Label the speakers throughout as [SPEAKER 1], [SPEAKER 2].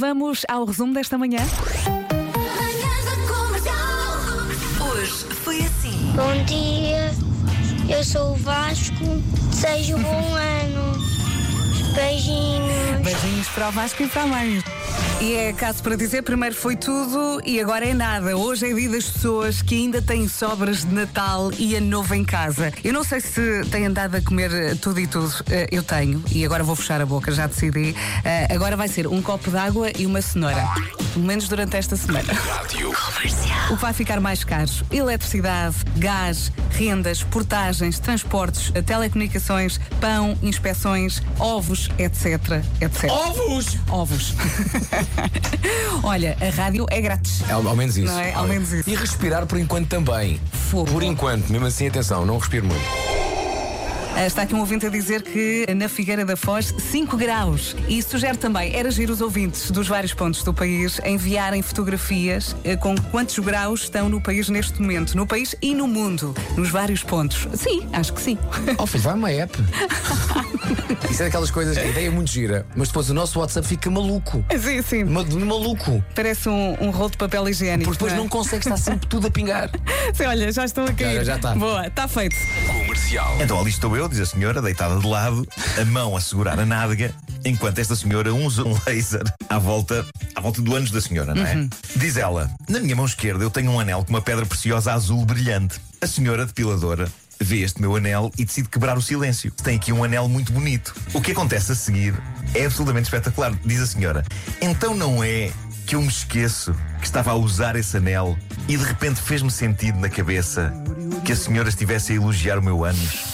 [SPEAKER 1] Vamos ao resumo desta manhã.
[SPEAKER 2] Manhãs da Comercial. Hoje foi assim.
[SPEAKER 3] Bom dia, eu sou o Vasco. Seja um bom ano. Beijinhos.
[SPEAKER 1] Beijinhos para o Vasco e para a mãe. E é caso para dizer, primeiro foi tudo e agora é nada. Hoje é dia das pessoas que ainda têm sobras de Natal e Ano Novo em casa. Eu não sei se têm andado a comer eh, tudo e tudo. Eh, Eu tenho e agora vou fechar a boca, já decidi. Eh, Agora vai ser um copo de água e uma cenoura. Pelo menos durante esta semana. O que vai ficar mais caro? Eletricidade, gás, rendas, portagens, transportes, telecomunicações, pão, inspeções, ovos, etc, etc.
[SPEAKER 4] Ovos!
[SPEAKER 1] Ovos. Olha, a rádio é grátis.
[SPEAKER 4] Ao, ao menos isso.
[SPEAKER 1] Não é? Ao menos isso.
[SPEAKER 4] E respirar por enquanto também.
[SPEAKER 1] Fogo.
[SPEAKER 4] Por enquanto, mesmo assim, atenção, não respiro muito.
[SPEAKER 1] Ah, Está aqui um ouvinte a dizer que na Figueira da Foz, 5 graus. E sugere também, era giro os ouvintes dos vários pontos do país a enviarem fotografias eh, com quantos graus estão no país neste momento, no país e no mundo, nos vários pontos. Sim, acho que sim.
[SPEAKER 4] Ó Oh, filho, vai uma app. Isso é daquelas coisas, a ideia é muito gira, mas depois o nosso WhatsApp fica maluco.
[SPEAKER 1] sim, sim.
[SPEAKER 4] Ma- Maluco.
[SPEAKER 1] Parece um, um rolo de papel higiênico.
[SPEAKER 4] Porque depois
[SPEAKER 1] é?
[SPEAKER 4] não consegues estar sempre tudo a pingar.
[SPEAKER 1] Sim, Olha, já estou aqui.
[SPEAKER 4] Já- já está.
[SPEAKER 1] Boa, está feito.
[SPEAKER 5] Então ali estou eu, diz a senhora, deitada de lado, a mão a segurar a nádega, enquanto esta senhora usa um laser à volta, à volta do ânus da senhora, não é? Diz ela: Na minha mão esquerda eu tenho um anel com uma pedra preciosa azul brilhante. A senhora depiladora vê este meu anel e decide quebrar o silêncio. Tem aqui um anel muito bonito. O que acontece a seguir é absolutamente espetacular, diz a senhora. Então não é que eu me esqueço que estava a usar esse anel e de repente fez-me sentido na cabeça que a senhora estivesse a elogiar o meu ânus.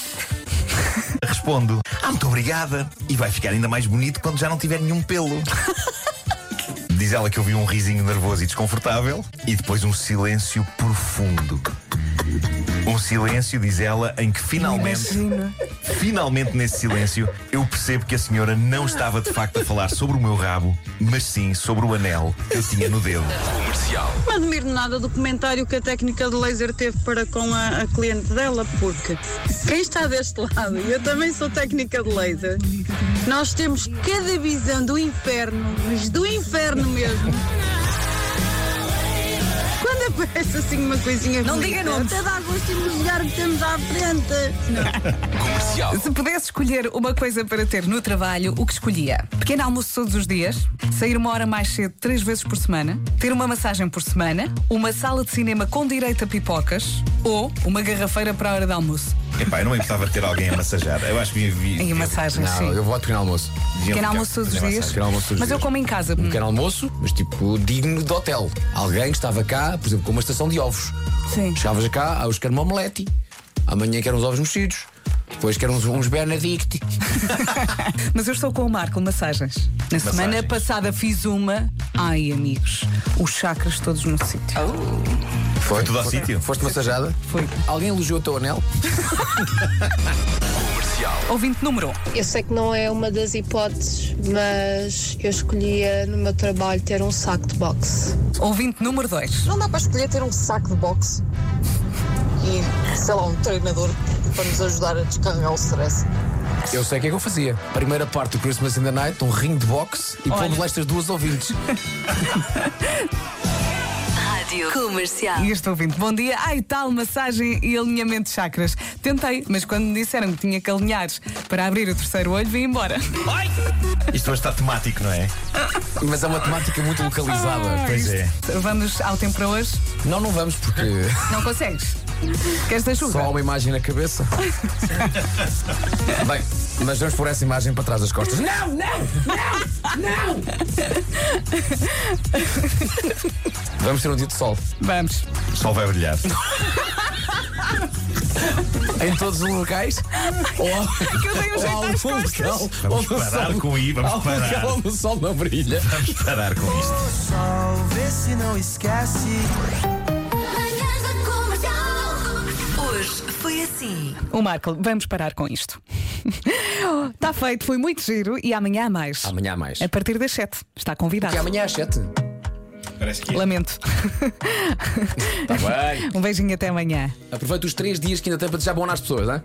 [SPEAKER 5] Respondo: Ah, muito obrigada! E vai ficar ainda mais bonito quando já não tiver nenhum pelo. Diz ela que ouvi um risinho nervoso e desconfortável e depois um silêncio profundo. Um silêncio, diz ela, em que finalmente.
[SPEAKER 1] Imagino.
[SPEAKER 5] Finalmente, nesse silêncio, eu percebo que a senhora não estava de facto a falar sobre o meu rabo, mas sim sobre o anel que eu tinha no dedo.
[SPEAKER 6] Não admiro nada do comentário que a técnica de laser teve para com a, a cliente dela, porque quem está deste lado, e eu também sou técnica de laser, nós temos cada visão do inferno, mas do inferno mesmo. Quando aparece assim uma coisinha
[SPEAKER 1] Não
[SPEAKER 6] bonita,
[SPEAKER 1] diga nomes.
[SPEAKER 6] até dá gosto de elogiar o que temos à frente.
[SPEAKER 1] Se pudesse escolher uma coisa para ter no trabalho, o que escolhia? Pequeno almoço todos os dias, sair uma hora mais cedo três vezes por semana, ter uma massagem por semana, uma sala de cinema com direito a pipocas ou uma garrafeira para a hora de almoço.
[SPEAKER 5] Epá, eu não me importava de ter alguém a massajar. Eu acho que me vi.
[SPEAKER 1] E massagens,
[SPEAKER 4] Não,
[SPEAKER 1] Ah, sim.
[SPEAKER 4] eu voto pequeno almoço.
[SPEAKER 1] Pequeno almoço todos os
[SPEAKER 5] Fazer
[SPEAKER 1] dias.
[SPEAKER 5] massagem.
[SPEAKER 4] Pequeno almoço todos os
[SPEAKER 1] Mas eu
[SPEAKER 4] dias.
[SPEAKER 1] como em casa.
[SPEAKER 4] Um pequeno almoço, mas tipo digno de hotel. Alguém que estava cá, por exemplo, com uma estação de ovos.
[SPEAKER 1] Sim.
[SPEAKER 4] Chegavas cá, ah, hoje quero uma omelete. Amanhã quero uns ovos mexidos. Depois quero uns, uns Benedict.
[SPEAKER 1] Mas eu estou com o Marco, massagens. Na semana passada fiz uma. Ai, amigos, os chakras todos no sítio.
[SPEAKER 5] Foi tudo ao sítio.
[SPEAKER 4] Foste massajada?
[SPEAKER 1] Foi.
[SPEAKER 4] Alguém elogiou o teu anel?
[SPEAKER 1] Ouvinte número um.
[SPEAKER 7] Eu sei que não é uma das hipóteses, mas eu escolhia no meu trabalho ter um saco de boxe.
[SPEAKER 1] Ouvinte número 2.
[SPEAKER 8] Não dá para escolher ter um saco de boxe e, sei lá, um treinador para nos ajudar a descarregar o stress.
[SPEAKER 4] Eu sei o que é que eu fazia. Primeira parte do Christmas in the Night, um ringue de boxe e pomos lá estas duas ouvintes.
[SPEAKER 2] Rádio Comercial.
[SPEAKER 1] E este ouvinte, bom dia. Ai, tal massagem e alinhamento de chakras. Tentei, mas quando me disseram que tinha que alinhar para abrir o terceiro olho, vim embora.
[SPEAKER 5] Isto hoje está temático, não é?
[SPEAKER 4] Mas é uma temática muito localizada.
[SPEAKER 5] Pois é.
[SPEAKER 1] Vamos ao tempo para hoje?
[SPEAKER 4] Não, não vamos porque
[SPEAKER 1] Não consegues? Queres ajuda?
[SPEAKER 4] só há uma imagem na cabeça. Bem, mas vamos pôr essa imagem para trás das costas. Não, não, não, não! Vamos ter um dia de sol.
[SPEAKER 1] Vamos.
[SPEAKER 5] O sol vai brilhar.
[SPEAKER 4] Em todos os locais. Ou,
[SPEAKER 1] Que eu dei um
[SPEAKER 4] ou há
[SPEAKER 1] jeito às
[SPEAKER 4] algum
[SPEAKER 1] costas.
[SPEAKER 4] local
[SPEAKER 5] Vamos
[SPEAKER 4] onde o
[SPEAKER 5] parar
[SPEAKER 4] sol-
[SPEAKER 5] com I, vamos
[SPEAKER 4] há algum
[SPEAKER 5] parar.
[SPEAKER 4] local onde o sol não brilha.
[SPEAKER 5] Vamos parar com isto.
[SPEAKER 2] Manhãs da Comercial. Hoje foi assim.
[SPEAKER 1] O Marco, vamos parar com isto. Está feito, foi muito giro e amanhã há mais.
[SPEAKER 4] Amanhã há mais.
[SPEAKER 1] A partir das 7. Está convidado.
[SPEAKER 4] Porque amanhã às 7.
[SPEAKER 5] Parece que é.
[SPEAKER 1] Lamento.
[SPEAKER 4] Está bem.
[SPEAKER 1] Um beijinho até amanhã.
[SPEAKER 4] Aproveita os três dias que ainda tem para desejar bom nas pessoas, não é?